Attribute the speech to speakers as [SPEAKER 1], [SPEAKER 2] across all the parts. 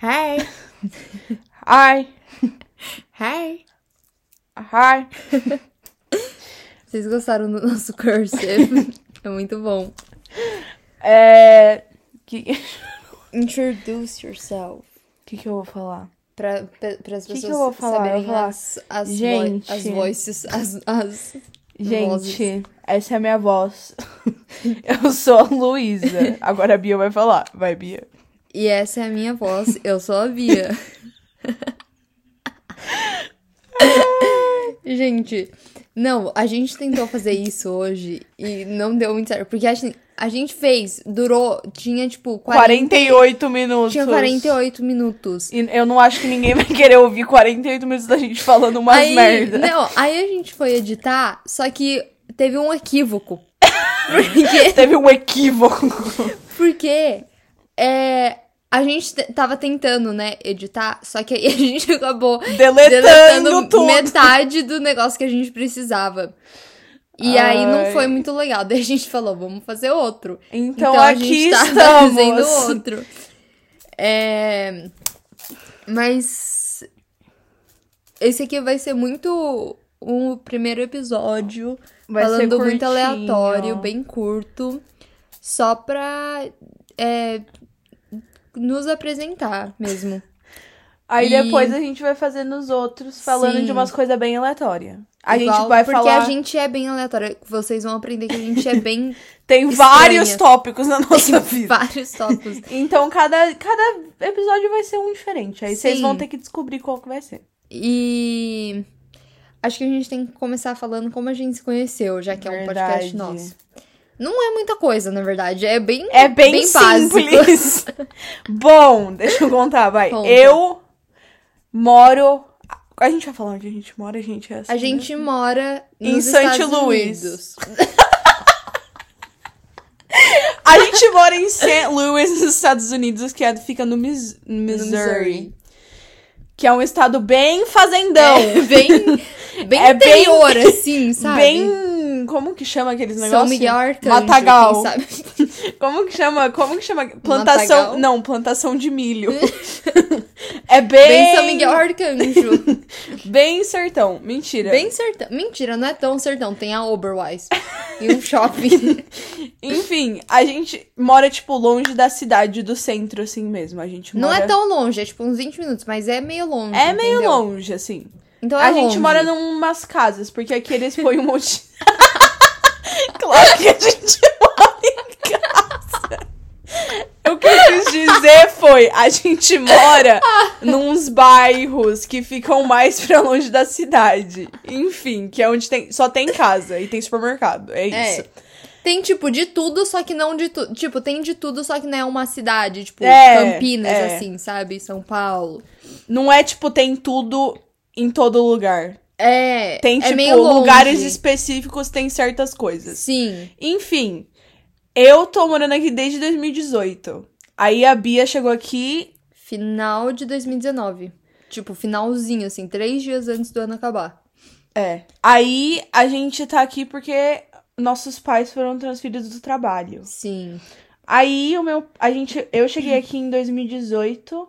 [SPEAKER 1] Hey. Hi.
[SPEAKER 2] Hey!
[SPEAKER 1] Hi.
[SPEAKER 2] Vocês gostaram do nosso cursive? é muito bom.
[SPEAKER 1] É. Que
[SPEAKER 2] Introduce yourself.
[SPEAKER 1] que, que eu vou falar?
[SPEAKER 2] Para as pessoas
[SPEAKER 1] que eu vou falar?
[SPEAKER 2] saberem
[SPEAKER 1] Eu vou falar,
[SPEAKER 2] as, as, vo-
[SPEAKER 1] "Gente."
[SPEAKER 2] as voices, as, as...
[SPEAKER 1] Gente,
[SPEAKER 2] Vozes.
[SPEAKER 1] essa é a minha voz. eu sou a Luísa. Agora a Bia vai falar. Vai, Bia.
[SPEAKER 2] E essa é a minha voz, eu sou a Bia. gente, não, a gente tentou fazer isso hoje e não deu muito certo. Porque a gente, a gente fez, durou, tinha tipo 40,
[SPEAKER 1] 48 minutos.
[SPEAKER 2] tinha 48 minutos.
[SPEAKER 1] E eu não acho que ninguém vai querer ouvir 48 minutos da gente falando umas
[SPEAKER 2] aí,
[SPEAKER 1] merda.
[SPEAKER 2] Não, aí a gente foi editar, só que teve um equívoco. Porque,
[SPEAKER 1] Teve um equívoco.
[SPEAKER 2] porque é, a gente te- tava tentando, né, editar, só que aí a gente acabou
[SPEAKER 1] Deletando, tudo.
[SPEAKER 2] metade do negócio que a gente precisava. E aí não
[SPEAKER 1] Ai.
[SPEAKER 2] foi muito legal. Daí a gente falou, vamos fazer outro.
[SPEAKER 1] Então,
[SPEAKER 2] a
[SPEAKER 1] aqui
[SPEAKER 2] gente tá
[SPEAKER 1] estamos.
[SPEAKER 2] fazendo outro. É... Mas esse aqui vai ser muito um primeiro episódio
[SPEAKER 1] Vai ser
[SPEAKER 2] falando muito
[SPEAKER 1] curtinho.
[SPEAKER 2] aleatório, bem curto, só pra é, nos apresentar mesmo.
[SPEAKER 1] Aí
[SPEAKER 2] E-
[SPEAKER 1] depois a gente vai fazer nos outros, falando
[SPEAKER 2] Sim.
[SPEAKER 1] de umas coisas bem aleatórias. A
[SPEAKER 2] Igual-
[SPEAKER 1] gente vai
[SPEAKER 2] porque
[SPEAKER 1] falar.
[SPEAKER 2] a gente é bem aleatório. Vocês vão aprender que a gente é bem
[SPEAKER 1] Tem
[SPEAKER 2] estranha.
[SPEAKER 1] vários tópicos na nossa
[SPEAKER 2] em
[SPEAKER 1] vida.
[SPEAKER 2] vários tópicos.
[SPEAKER 1] Então cada, cada episódio vai ser um diferente. Aí vocês
[SPEAKER 2] Sim.
[SPEAKER 1] vão ter que descobrir qual que vai ser.
[SPEAKER 2] E acho que a gente tem que começar falando como a gente se conheceu, já que é um podcast
[SPEAKER 1] Verdade.
[SPEAKER 2] nosso. Não é muita coisa, na verdade. É bem
[SPEAKER 1] É bem,
[SPEAKER 2] Bem básico.
[SPEAKER 1] simples. Bom, deixa eu contar, vai.
[SPEAKER 2] Conta.
[SPEAKER 1] Eu moro. A gente vai falar onde a gente mora, a gente é assim,
[SPEAKER 2] a
[SPEAKER 1] né?
[SPEAKER 2] gente mora
[SPEAKER 1] Em
[SPEAKER 2] nos
[SPEAKER 1] St.
[SPEAKER 2] Estados
[SPEAKER 1] Louis.
[SPEAKER 2] Unidos.
[SPEAKER 1] A gente mora em St. Louis, nos Estados Unidos, que é- fica no, Mis-
[SPEAKER 2] No
[SPEAKER 1] Missouri,
[SPEAKER 2] Missouri.
[SPEAKER 1] Que é um estado bem fazendão.
[SPEAKER 2] É bem, bem
[SPEAKER 1] Então. É bem-
[SPEAKER 2] interior, assim, sabe?
[SPEAKER 1] Bem. Como que chama aqueles negócios?
[SPEAKER 2] São Miguel Arcanjo,
[SPEAKER 1] Matagal.
[SPEAKER 2] quem sabe?
[SPEAKER 1] Como que chama? Como que chama? Plantação.
[SPEAKER 2] Matagal?
[SPEAKER 1] Não, plantação de milho. é bem.
[SPEAKER 2] Bem São Miguel Arcanjo.
[SPEAKER 1] Bem sertão. Mentira.
[SPEAKER 2] bem sertão. Mentira, não é tão sertão. Tem a Oberweiss. e um shopping.
[SPEAKER 1] Enfim, a gente mora, tipo, longe da cidade do centro, assim mesmo. A gente
[SPEAKER 2] Não
[SPEAKER 1] mora.
[SPEAKER 2] é tão longe, é tipo uns 20 minutos, mas é meio longe.
[SPEAKER 1] É meio
[SPEAKER 2] entendeu?
[SPEAKER 1] longe, assim.
[SPEAKER 2] Então é
[SPEAKER 1] a gente
[SPEAKER 2] longe.
[SPEAKER 1] mora numas casas, porque aqui eles põem um monte. claro que a gente mora em casa. O que eu quis dizer foi: a gente mora nos bairros que ficam mais pra longe da cidade. Enfim, que é onde tem, só tem casa e tem supermercado. É isso.
[SPEAKER 2] É. Tem, tipo, de tudo, só que não de tudo. Tipo, tem de tudo, só que não é uma cidade. Tipo,
[SPEAKER 1] É,
[SPEAKER 2] Campinas,
[SPEAKER 1] é.
[SPEAKER 2] assim, sabe? São Paulo.
[SPEAKER 1] Não é tipo, tem tudo em todo lugar.
[SPEAKER 2] É.
[SPEAKER 1] Tem,
[SPEAKER 2] é
[SPEAKER 1] tipo,
[SPEAKER 2] meio longe.
[SPEAKER 1] lugares específicos, tem certas coisas.
[SPEAKER 2] Sim.
[SPEAKER 1] Enfim, eu tô morando aqui desde 2018. Aí a Bia chegou aqui.
[SPEAKER 2] Final de 2019. Tipo, finalzinho, assim, três dias antes do ano acabar.
[SPEAKER 1] É. Aí a gente tá aqui porque nossos pais foram transferidos do trabalho.
[SPEAKER 2] Sim.
[SPEAKER 1] Aí o meu, a gente, eu cheguei aqui em 2018.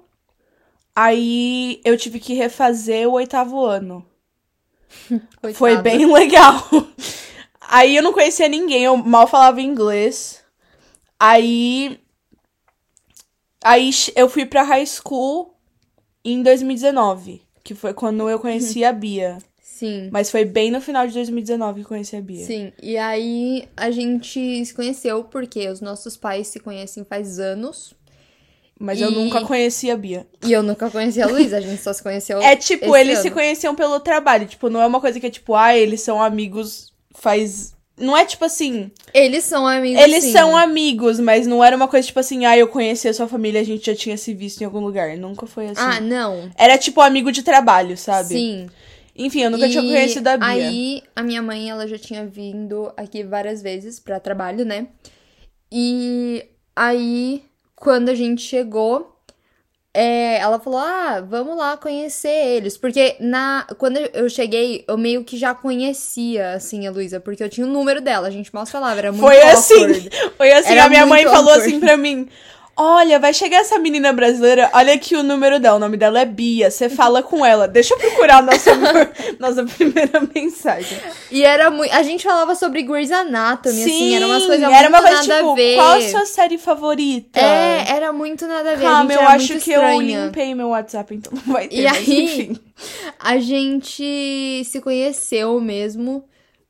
[SPEAKER 1] Aí eu tive que refazer o oitavo ano. Foi
[SPEAKER 2] Coitada.
[SPEAKER 1] bem legal. Aí eu não conhecia ninguém, eu mal falava inglês. Aí. Aí che- eu fui pra high school em 2019, que foi quando eu conheci a Bia.
[SPEAKER 2] Sim.
[SPEAKER 1] Mas foi bem no final de 2019 que eu conheci a Bia.
[SPEAKER 2] Sim. E aí a gente se conheceu porque os nossos pais se conhecem faz anos.
[SPEAKER 1] Mas eu
[SPEAKER 2] E-
[SPEAKER 1] nunca conheci a Bia.
[SPEAKER 2] E eu nunca conheci a Luísa, a gente só se conheceu.
[SPEAKER 1] É tipo,
[SPEAKER 2] esse
[SPEAKER 1] eles
[SPEAKER 2] ano.
[SPEAKER 1] se conheciam pelo trabalho. Tipo, não é uma coisa que é tipo, ah, eles são amigos faz. Não é tipo assim.
[SPEAKER 2] Eles são amigos.
[SPEAKER 1] Eles
[SPEAKER 2] sim. Ah, né?
[SPEAKER 1] são amigos, mas não era uma coisa tipo assim, ah, eu conheci a sua família, a gente já tinha se visto em algum lugar. Nunca foi assim.
[SPEAKER 2] Ah, não.
[SPEAKER 1] Era tipo amigo de trabalho, sabe?
[SPEAKER 2] Sim.
[SPEAKER 1] Enfim, eu nunca tinha
[SPEAKER 2] E
[SPEAKER 1] conhecido a Bia.
[SPEAKER 2] Aí a minha mãe, ela já tinha vindo aqui várias vezes pra trabalho, né? E aí quando a gente chegou, é, ela falou: "Ah, vamos lá conhecer eles", porque na quando eu cheguei, eu meio que já conhecia assim a Luísa, porque eu tinha o número dela, a gente mal se falava, era muito
[SPEAKER 1] Foi assim.
[SPEAKER 2] awkward.
[SPEAKER 1] Foi assim,
[SPEAKER 2] Era
[SPEAKER 1] a minha mãe
[SPEAKER 2] muito
[SPEAKER 1] falou
[SPEAKER 2] awkward.
[SPEAKER 1] assim pra mim: Olha, vai chegar essa menina brasileira, olha aqui o número dela, o nome dela é Bia, você fala com ela. Deixa eu procurar a nossa, nossa primeira mensagem.
[SPEAKER 2] E era muito. A gente falava sobre Grey's Anatomy, assim, era umas coisas
[SPEAKER 1] era
[SPEAKER 2] muito
[SPEAKER 1] uma coisa
[SPEAKER 2] nada
[SPEAKER 1] tipo,
[SPEAKER 2] a ver.
[SPEAKER 1] qual a sua série favorita?
[SPEAKER 2] É, era muito nada a ver. a
[SPEAKER 1] Calma,
[SPEAKER 2] gente
[SPEAKER 1] eu
[SPEAKER 2] era
[SPEAKER 1] acho
[SPEAKER 2] muito
[SPEAKER 1] que eu
[SPEAKER 2] estranha.
[SPEAKER 1] limpei meu WhatsApp, então não vai ter,
[SPEAKER 2] E
[SPEAKER 1] mais,
[SPEAKER 2] aí,
[SPEAKER 1] enfim.
[SPEAKER 2] A gente se conheceu mesmo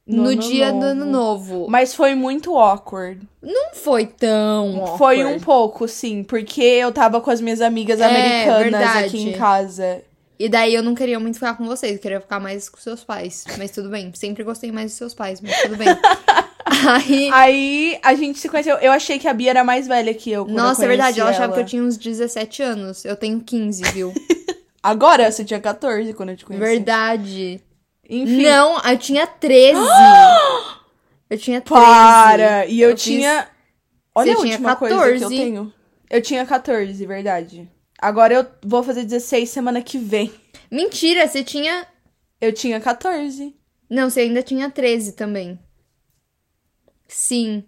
[SPEAKER 1] No
[SPEAKER 2] no,
[SPEAKER 1] Ano
[SPEAKER 2] dia do ano
[SPEAKER 1] Novo.
[SPEAKER 2] novo.
[SPEAKER 1] Mas foi muito awkward.
[SPEAKER 2] Não foi tão.
[SPEAKER 1] Foi um
[SPEAKER 2] awkward.
[SPEAKER 1] pouco, sim, porque eu tava com as minhas amigas
[SPEAKER 2] É,
[SPEAKER 1] americanas aqui
[SPEAKER 2] verdade.
[SPEAKER 1] em casa.
[SPEAKER 2] E daí eu não queria muito ficar com vocês, eu queria ficar mais com seus pais. Mas tudo bem. Sempre gostei mais dos seus pais, mas tudo bem. Aí.
[SPEAKER 1] Aí a gente se conheceu. Eu achei que a Bia era mais velha que eu. quando eu
[SPEAKER 2] Nossa, é
[SPEAKER 1] conheci
[SPEAKER 2] verdade, ela achava que eu tinha uns 17 anos. Eu tenho 15, viu?
[SPEAKER 1] Agora você tinha 14 quando eu te conheci.
[SPEAKER 2] Verdade.
[SPEAKER 1] Enfim.
[SPEAKER 2] Não, eu tinha 13. eu tinha 13.
[SPEAKER 1] Para! E eu,
[SPEAKER 2] Eu fiz-
[SPEAKER 1] tinha. Olha a
[SPEAKER 2] Você tinha
[SPEAKER 1] última coisa que eu
[SPEAKER 2] 14.
[SPEAKER 1] tenho. Eu tinha 14, verdade. Agora eu vou fazer 16 semana que vem.
[SPEAKER 2] Mentira, você tinha.
[SPEAKER 1] Eu tinha 14.
[SPEAKER 2] Não, você ainda tinha 13 também. Sim.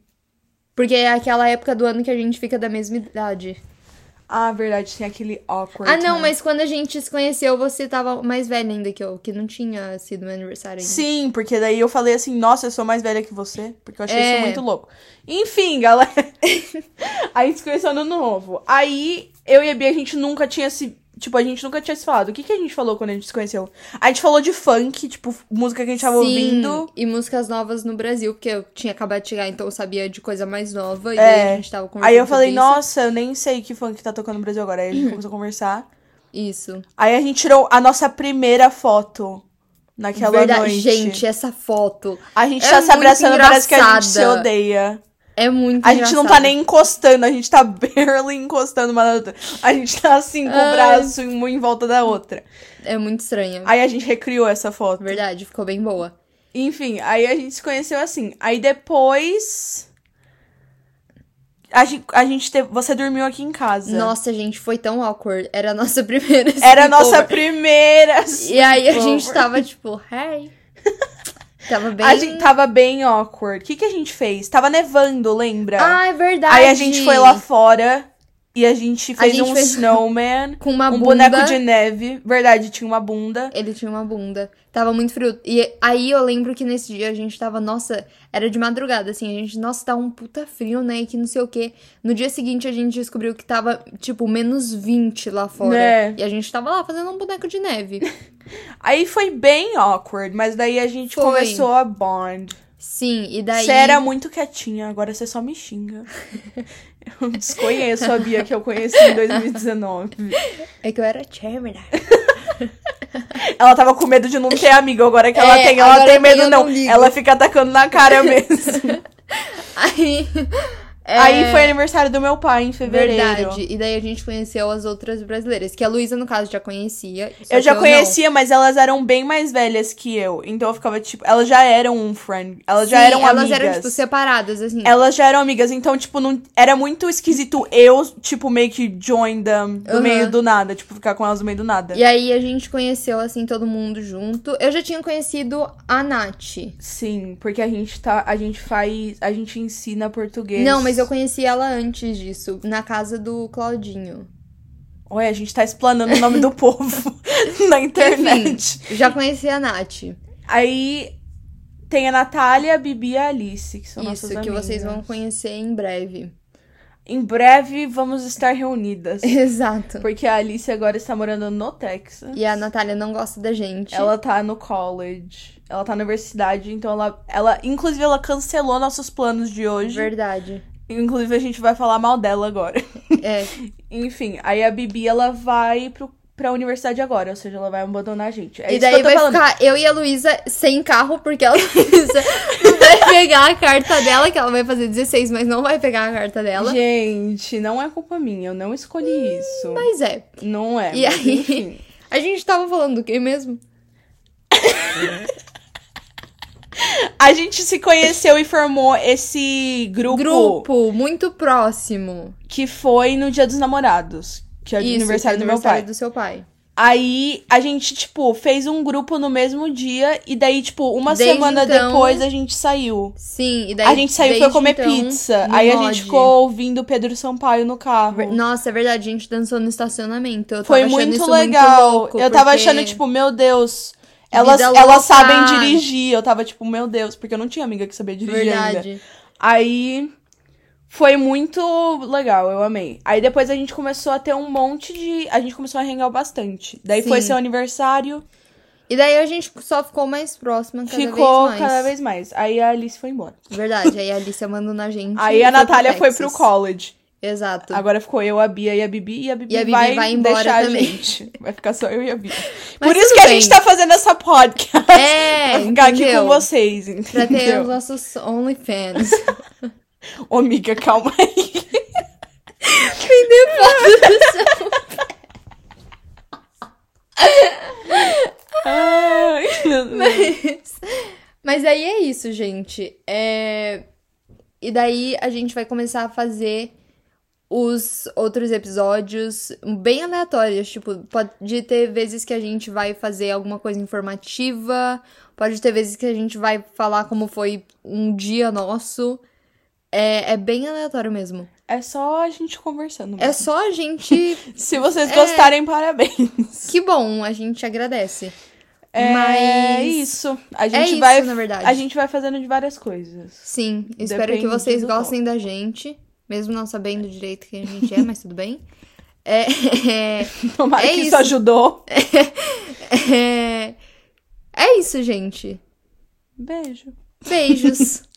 [SPEAKER 2] Porque é aquela época do ano que a gente fica da mesma idade.
[SPEAKER 1] Ah, verdade, tem aquele awkward.
[SPEAKER 2] Ah, não,
[SPEAKER 1] time.
[SPEAKER 2] mas quando a gente se conheceu, você tava mais velha ainda que eu, que não tinha sido meu aniversário ainda.
[SPEAKER 1] Sim, porque daí eu falei assim, nossa, eu sou mais velha que você, porque eu achei
[SPEAKER 2] É.
[SPEAKER 1] isso muito louco. Enfim, galera. a gente se conheceu no Ano novo. Aí, eu e a Bia, a gente nunca tinha se. Tipo, a gente nunca tinha se falado. O que, que a gente falou quando a gente se conheceu? A gente falou de funk, tipo, música que a gente tava
[SPEAKER 2] Sim,
[SPEAKER 1] ouvindo.
[SPEAKER 2] E músicas novas no Brasil, porque eu tinha acabado de chegar, então eu sabia de coisa mais nova. E
[SPEAKER 1] É.
[SPEAKER 2] aí a gente tava conversando.
[SPEAKER 1] Aí eu falei,
[SPEAKER 2] sobre
[SPEAKER 1] nossa, eu nem sei que funk tá tocando no Brasil agora. Aí a gente começou a conversar.
[SPEAKER 2] Isso. Isso.
[SPEAKER 1] Aí a gente tirou a nossa primeira foto naquela
[SPEAKER 2] Verdade.
[SPEAKER 1] noite.
[SPEAKER 2] Gente, essa foto
[SPEAKER 1] a gente
[SPEAKER 2] é
[SPEAKER 1] tá se
[SPEAKER 2] muito
[SPEAKER 1] abraçando, parece que a gente se
[SPEAKER 2] engraçada.
[SPEAKER 1] odeia.
[SPEAKER 2] é muito
[SPEAKER 1] A gente não tá
[SPEAKER 2] engraçada.
[SPEAKER 1] nem encostando, a gente tá barely encostando uma na outra. A gente tá assim com o
[SPEAKER 2] Ai.
[SPEAKER 1] braço em uma em volta da outra.
[SPEAKER 2] É muito estranha.
[SPEAKER 1] Aí a gente recriou essa foto.
[SPEAKER 2] Verdade, ficou bem boa.
[SPEAKER 1] Enfim, aí a gente se conheceu assim. Aí depois. A gente, a gente teve- Você dormiu aqui em casa.
[SPEAKER 2] Nossa, gente, foi tão awkward. Era a nossa primeira
[SPEAKER 1] Era a nossa
[SPEAKER 2] sleepover.
[SPEAKER 1] primeira.
[SPEAKER 2] E aí a gente
[SPEAKER 1] sleepover.
[SPEAKER 2] tava tipo, hey. Tava é bem.
[SPEAKER 1] A gente tava bem awkward. O que, que a gente fez? Tava nevando, lembra?
[SPEAKER 2] Ah, é verdade.
[SPEAKER 1] aí a gente foi lá fora e a gente fez
[SPEAKER 2] gente
[SPEAKER 1] um
[SPEAKER 2] fez-
[SPEAKER 1] snowman.
[SPEAKER 2] com uma
[SPEAKER 1] um
[SPEAKER 2] bunda.
[SPEAKER 1] boneco de neve. Verdade, tinha uma bunda.
[SPEAKER 2] Ele tinha uma bunda. Tava muito frio. E aí eu lembro que nesse dia a gente tava, nossa, era de madrugada, assim, a gente, nossa, tá um puta frio, né? E que não sei o quê. No dia seguinte a gente descobriu que tava, tipo, menos 20 lá fora.
[SPEAKER 1] Né.
[SPEAKER 2] E a gente tava lá fazendo um boneco de neve.
[SPEAKER 1] Aí foi bem awkward, mas daí a gente
[SPEAKER 2] Foi.
[SPEAKER 1] começou a bond.
[SPEAKER 2] Sim, e daí.
[SPEAKER 1] Você era muito quietinha, agora você só me xinga. Eu desconheço a Bia que eu conheci em 2019.
[SPEAKER 2] É que eu era Gemini.
[SPEAKER 1] Ela tava com medo de não ter amigo, agora que ela
[SPEAKER 2] É,
[SPEAKER 1] tem, ela
[SPEAKER 2] agora
[SPEAKER 1] tem
[SPEAKER 2] eu tenho,
[SPEAKER 1] medo
[SPEAKER 2] eu
[SPEAKER 1] não.
[SPEAKER 2] não ligo.
[SPEAKER 1] ela fica atacando na cara mesmo.
[SPEAKER 2] Aí. é,
[SPEAKER 1] Aí foi aniversário do meu pai em fevereiro.
[SPEAKER 2] Verdade. E daí a gente conheceu as outras brasileiras. Que a Luísa, no caso, já conhecia. só
[SPEAKER 1] Eu já
[SPEAKER 2] que não.
[SPEAKER 1] conhecia, mas elas eram bem mais velhas que eu. Então eu ficava tipo, elas já eram um friend, elas já
[SPEAKER 2] Sim,
[SPEAKER 1] eram
[SPEAKER 2] elas
[SPEAKER 1] amigas.
[SPEAKER 2] eram, tipo, separadas, assim.
[SPEAKER 1] Elas já eram amigas, então, tipo, não... era muito esquisito eu, tipo, meio que join them do
[SPEAKER 2] Aham.
[SPEAKER 1] meio do nada, tipo, ficar com elas no meio do nada.
[SPEAKER 2] E aí a gente conheceu, assim, todo mundo junto. Eu já tinha conhecido a Nath.
[SPEAKER 1] Sim, porque a gente tá. A gente faz. A gente ensina português.
[SPEAKER 2] Não, mas eu conheci ela antes disso, na casa do Claudinho.
[SPEAKER 1] Olha, a gente tá explanando o nome do povo na internet.
[SPEAKER 2] Já conheci a Nath.
[SPEAKER 1] Aí tem a Natália, a Bibi e a Alice, que são
[SPEAKER 2] Isso,
[SPEAKER 1] nossas
[SPEAKER 2] que
[SPEAKER 1] amigas.
[SPEAKER 2] vocês vão conhecer em breve.
[SPEAKER 1] Em breve vamos estar reunidas.
[SPEAKER 2] Exato.
[SPEAKER 1] Porque a Alice agora está morando no Texas.
[SPEAKER 2] E a Natália não gosta da gente.
[SPEAKER 1] Ela tá no college. Ela tá na universidade, então ela, ela. Inclusive, ela cancelou nossos planos de hoje.
[SPEAKER 2] Verdade.
[SPEAKER 1] Inclusive, a gente vai falar mal dela agora.
[SPEAKER 2] É.
[SPEAKER 1] Enfim, aí a Bibi, ela vai pro, pra universidade agora, ou seja, ela vai abandonar a gente. É
[SPEAKER 2] e
[SPEAKER 1] isso que
[SPEAKER 2] daí
[SPEAKER 1] eu tô
[SPEAKER 2] vai
[SPEAKER 1] falando.
[SPEAKER 2] ficar eu e a Luísa sem carro, porque a Luísa não vai pegar a carta dela, que ela vai fazer 16, mas não vai pegar a carta dela.
[SPEAKER 1] Gente, não é culpa minha, eu não escolhi isso.
[SPEAKER 2] Mas é.
[SPEAKER 1] Não é.
[SPEAKER 2] E
[SPEAKER 1] mas
[SPEAKER 2] aí?
[SPEAKER 1] Enfim.
[SPEAKER 2] A gente tava falando do que mesmo?
[SPEAKER 1] A gente se conheceu e formou esse grupo,
[SPEAKER 2] Grupo muito próximo.
[SPEAKER 1] que foi no Dia dos Namorados, que é o
[SPEAKER 2] Isso,
[SPEAKER 1] aniversário
[SPEAKER 2] que é
[SPEAKER 1] do meu pai.
[SPEAKER 2] do seu pai.
[SPEAKER 1] Aí a gente, tipo, fez um grupo no mesmo dia e daí, tipo, uma
[SPEAKER 2] Desde
[SPEAKER 1] semana
[SPEAKER 2] então-
[SPEAKER 1] depois a gente saiu.
[SPEAKER 2] Sim, e daí.
[SPEAKER 1] a gente saiu e foi
[SPEAKER 2] desde
[SPEAKER 1] comer
[SPEAKER 2] então,
[SPEAKER 1] pizza.
[SPEAKER 2] no
[SPEAKER 1] Aí a
[SPEAKER 2] mod.
[SPEAKER 1] gente ficou ouvindo Pedro Sampaio no carro.
[SPEAKER 2] Ver- Nossa, é verdade, a gente dançou no estacionamento. Eu
[SPEAKER 1] Foi
[SPEAKER 2] tava achando
[SPEAKER 1] muito
[SPEAKER 2] isso
[SPEAKER 1] legal.
[SPEAKER 2] louco,
[SPEAKER 1] eu tava
[SPEAKER 2] porque-
[SPEAKER 1] achando, tipo, meu Deus, elas,
[SPEAKER 2] Vida louca.
[SPEAKER 1] elas sabem dirigir. Eu tava, tipo, meu Deus, porque eu não tinha amiga que sabia dirigir ainda.
[SPEAKER 2] Verdade.
[SPEAKER 1] Aí foi muito legal, eu amei. Aí depois a gente começou a ter um monte de. A gente começou a hangar bastante. Daí foi
[SPEAKER 2] Sim.
[SPEAKER 1] seu aniversário,
[SPEAKER 2] E daí a gente só ficou mais próxima cada
[SPEAKER 1] ficou
[SPEAKER 2] vez mais.
[SPEAKER 1] cada vez mais. Aí a Alice foi embora.
[SPEAKER 2] Verdade, aí a Alicia mandou na gente.
[SPEAKER 1] Aí
[SPEAKER 2] e
[SPEAKER 1] a Natália foi pro
[SPEAKER 2] Texas.
[SPEAKER 1] college.
[SPEAKER 2] Exato.
[SPEAKER 1] Agora ficou eu, a Bia e a Bibi. E a Bibi,
[SPEAKER 2] E a Bibi
[SPEAKER 1] vai,
[SPEAKER 2] vai embora
[SPEAKER 1] deixar a
[SPEAKER 2] também.
[SPEAKER 1] gente. Vai ficar só eu e a Bia.
[SPEAKER 2] Mas
[SPEAKER 1] Por isso
[SPEAKER 2] tudo
[SPEAKER 1] que a
[SPEAKER 2] bem.
[SPEAKER 1] gente tá fazendo essa podcast.
[SPEAKER 2] É,
[SPEAKER 1] pra ficar aqui
[SPEAKER 2] entendeu?
[SPEAKER 1] com vocês,
[SPEAKER 2] Pra ter os
[SPEAKER 1] entendeu?
[SPEAKER 2] nossos OnlyFans.
[SPEAKER 1] Ô, amiga, calma aí. Ai, meu Deus.
[SPEAKER 2] Mas, mas aí é isso, gente. É, E daí a gente vai começar a fazer os outros episódios bem aleatórios. Tipo, pode ter vezes que a gente vai fazer alguma coisa informativa, pode ter vezes que a gente vai falar como foi um dia nosso. É, é bem aleatório mesmo.
[SPEAKER 1] É só a gente conversando.
[SPEAKER 2] É só é. a gente.
[SPEAKER 1] Se vocês gostarem, parabéns.
[SPEAKER 2] que bom, a gente agradece.
[SPEAKER 1] É
[SPEAKER 2] Mas-
[SPEAKER 1] isso. A gente
[SPEAKER 2] é isso,
[SPEAKER 1] vai.
[SPEAKER 2] na verdade.
[SPEAKER 1] A gente vai fazendo de várias coisas.
[SPEAKER 2] Sim, espero que
[SPEAKER 1] Depende
[SPEAKER 2] vocês
[SPEAKER 1] do
[SPEAKER 2] gostem da gente, mesmo não sabendo direito quem a gente é, mas tudo bem. É, é,
[SPEAKER 1] Tomara
[SPEAKER 2] É
[SPEAKER 1] que
[SPEAKER 2] isso.
[SPEAKER 1] isso ajudou.
[SPEAKER 2] é, é isso, gente.
[SPEAKER 1] Beijo.
[SPEAKER 2] Beijos.